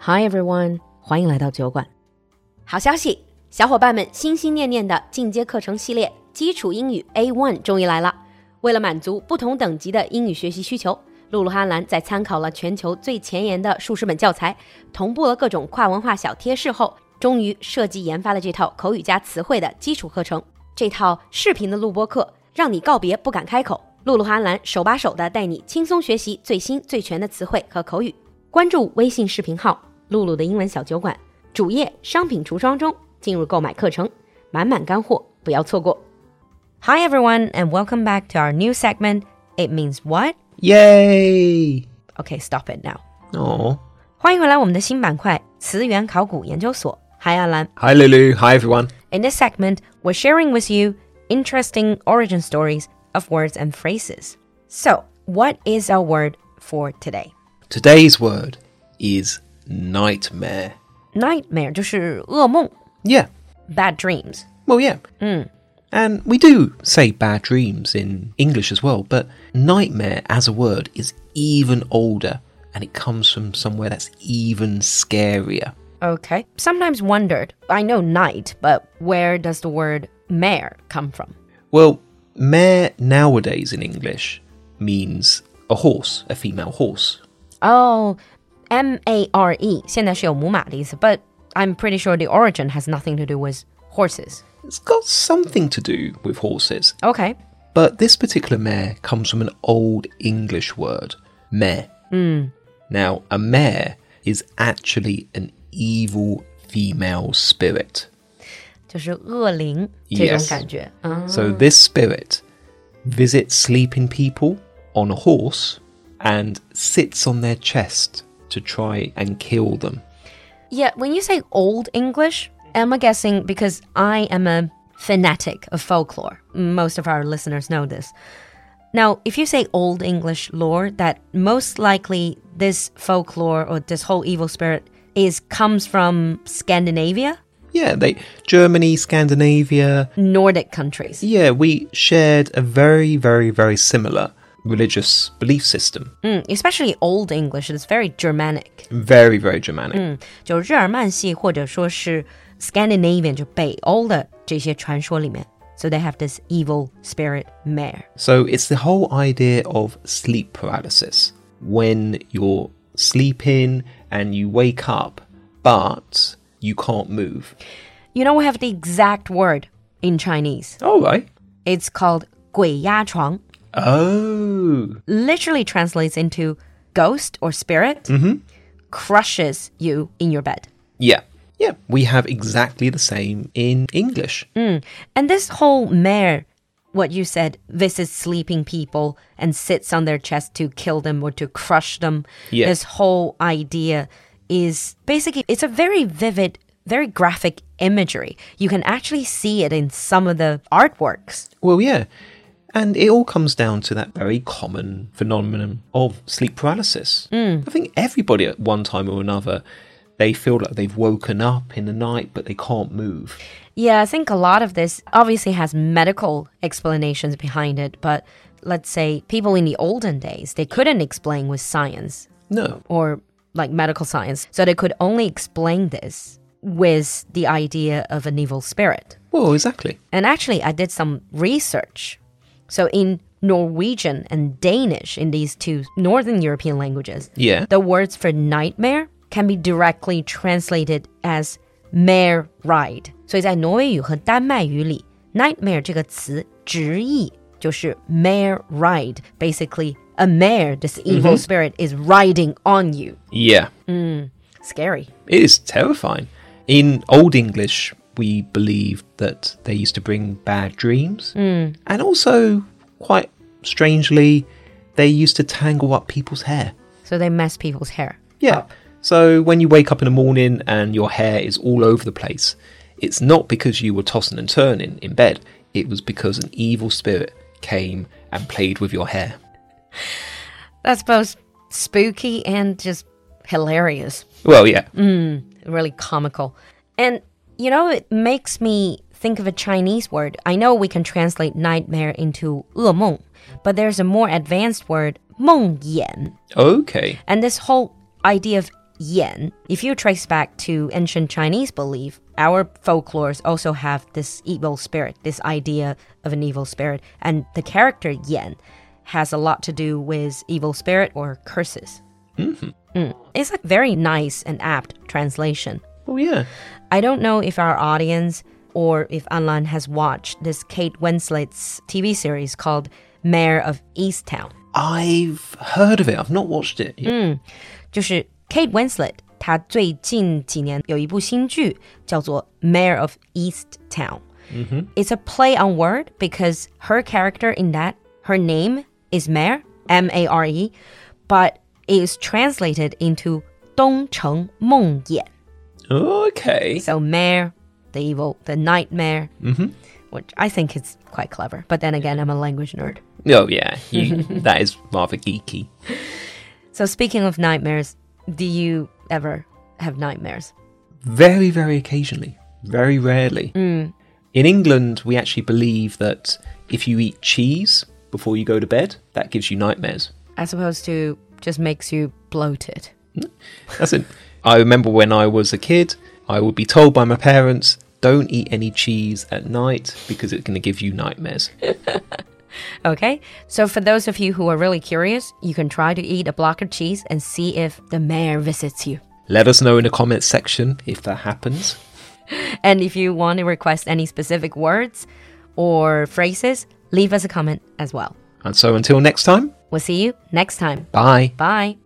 Hi everyone，欢迎来到酒馆。好消息，小伙伴们心心念念的进阶课程系列《基础英语 A One》终于来了。为了满足不同等级的英语学习需求，露露哈兰在参考了全球最前沿的数十本教材，同步了各种跨文化小贴士后，终于设计研发了这套口语加词汇的基础课程。这套视频的录播课，让你告别不敢开口。露露哈兰手把手的带你轻松学习最新最全的词汇和口语。关注微信视频号“露露的英文小酒馆”，主页商品橱窗中进入购买课程，满满干货，不要错过。 Hi everyone, and welcome back to our new segment. It means what? Yay! Okay, stop it now. Oh. 欢迎回来我们的新板块词源考古研究所。Hi Alan. Hi, Lulu. Hi, everyone. In this segment, we're sharing with you interesting origin stories of words and phrases. So, what is our word for today? Today's word is nightmare. Nightmare 就是噩梦 Yeah. ，bad dreams。 Well, yeah. And we do say bad dreams in English as well, but nightmare as a word is even older and it comes from somewhere that's even scarier. Okay. Sometimes wondered, I know night, but where does the word mare come from? Well, mare nowadays in English means a horse, a female horse. Oh, M A R E. 现在是有母马的意思，but I'm pretty sure the origin has nothing to do with horses. It's got something to do with horses. Okay. But this particular mare comes from an old English word, mare. Now, a mare is actually an evil female spirit. 就是恶灵 Yes. So, this spirit visits sleeping people on a horse and sits on their chest to try and kill them. Yeah, when you say old English, am I guessing because I am a fanatic of folklore? Most of our listeners know this. Now, if you say old English lore, that most likely this folklore or this whole evil spirit is comes from Scandinavia, Yeah, they Germany, Scandinavia. Nordic countries. Yeah, we shared a very, very, very similar religious belief system. Mm, especially old English is very Germanic. Very, very Germanic. 就日耳曼系或者说是 Scandinavian 就北欧的这些传说里面，so they have this evil spirit mare. So it's the whole idea of sleep paralysis. When you're sleeping and you wake up, but you can't move. You know, we have the exact word in Chinese. All right. It's called 鬼压床. Oh, Literally translates into ghost or spirit crushes you in your bed. yeah. Yeah, we have exactly the same in English. And this whole mare, what you said, visits sleeping people and sits on their chest to kill them or to crush them. Yeah. This whole idea is basically, it's a very vivid, very graphic imagery. You can actually see it in some of the artworks. Well, yeah. And it all comes down to that very common phenomenon of sleep paralysis. I think everybody at one time or another, they feel like they've woken up in the night, but they can't move. Yeah, I think a lot of this obviously has medical explanations behind it, but let's say people in the olden days, they couldn't explain with science No, or like medical science. So they could only explain this with the idea of an evil spirit. Well, exactly. And actually, I did some research. So in Norwegian and Danish, in these two northern European languages, Yeah. the words for nightmare can be directly translated as mare ride. 所以在挪威语和丹麦语里，nightmare 这个词直译就是 mare ride. Basically, a mare, this evil spirit, is riding on you. Yeah. Scary. It is terrifying. In Old English, we believe that they used to bring bad dreams. And also, quite strangely, they used to tangle up people's hair. So they mess people's hair. Yeah. So when you wake up in the morning and your hair is all over the place, it's not because you were tossing and turning in bed, it was because an evil spirit came and played with your hair. That's both spooky and just hilarious. Well, yeah. really comical. And you know, it makes me think of a Chinese word. I know we can translate nightmare into 噩梦, but there's a more advanced word, 梦魇. Okay. And this whole idea of yan. If you trace back to ancient Chinese belief, our folklores also have this evil spirit, this idea of an evil spirit, and the character yan has a lot to do with evil spirit or curses. Mm. It's a very nice and apt translation. Oh, yeah. I don't know if our audience or if Anlan has watched this Kate Winslet's TV series called Mayor of Easttown. I've heard of it. I've not watched it. yet. 就是 Kate Winslet，她最近几年有一部新剧叫做《Mayor of East Town》。It's a play on word because her character in that her name is Mayor M A R E, but it is translated into 东城梦魇。 Okay. So Mayor, the evil, the nightmare, which I think is quite clever. But then again, I'm a language nerd. Oh, yeah. You, that is rather geeky. So speaking of nightmares, do you ever have nightmares? Very, very occasionally. Very rarely. In England, we actually believe that if you eat cheese before you go to bed, that gives you nightmares. as opposed to just makes you bloated. That's it. I remember when I was a kid, I would be told by my parents, don't eat any cheese at night because it's going to give you nightmares. Okay, so for those of you who are really curious, you can try to eat a block of cheese and see if the mayor visits you. Let us know in the comments section if that happens. And if you want to request any specific words or phrases, leave us a comment as well. And so until next time, We'll see you next time. bye. Bye.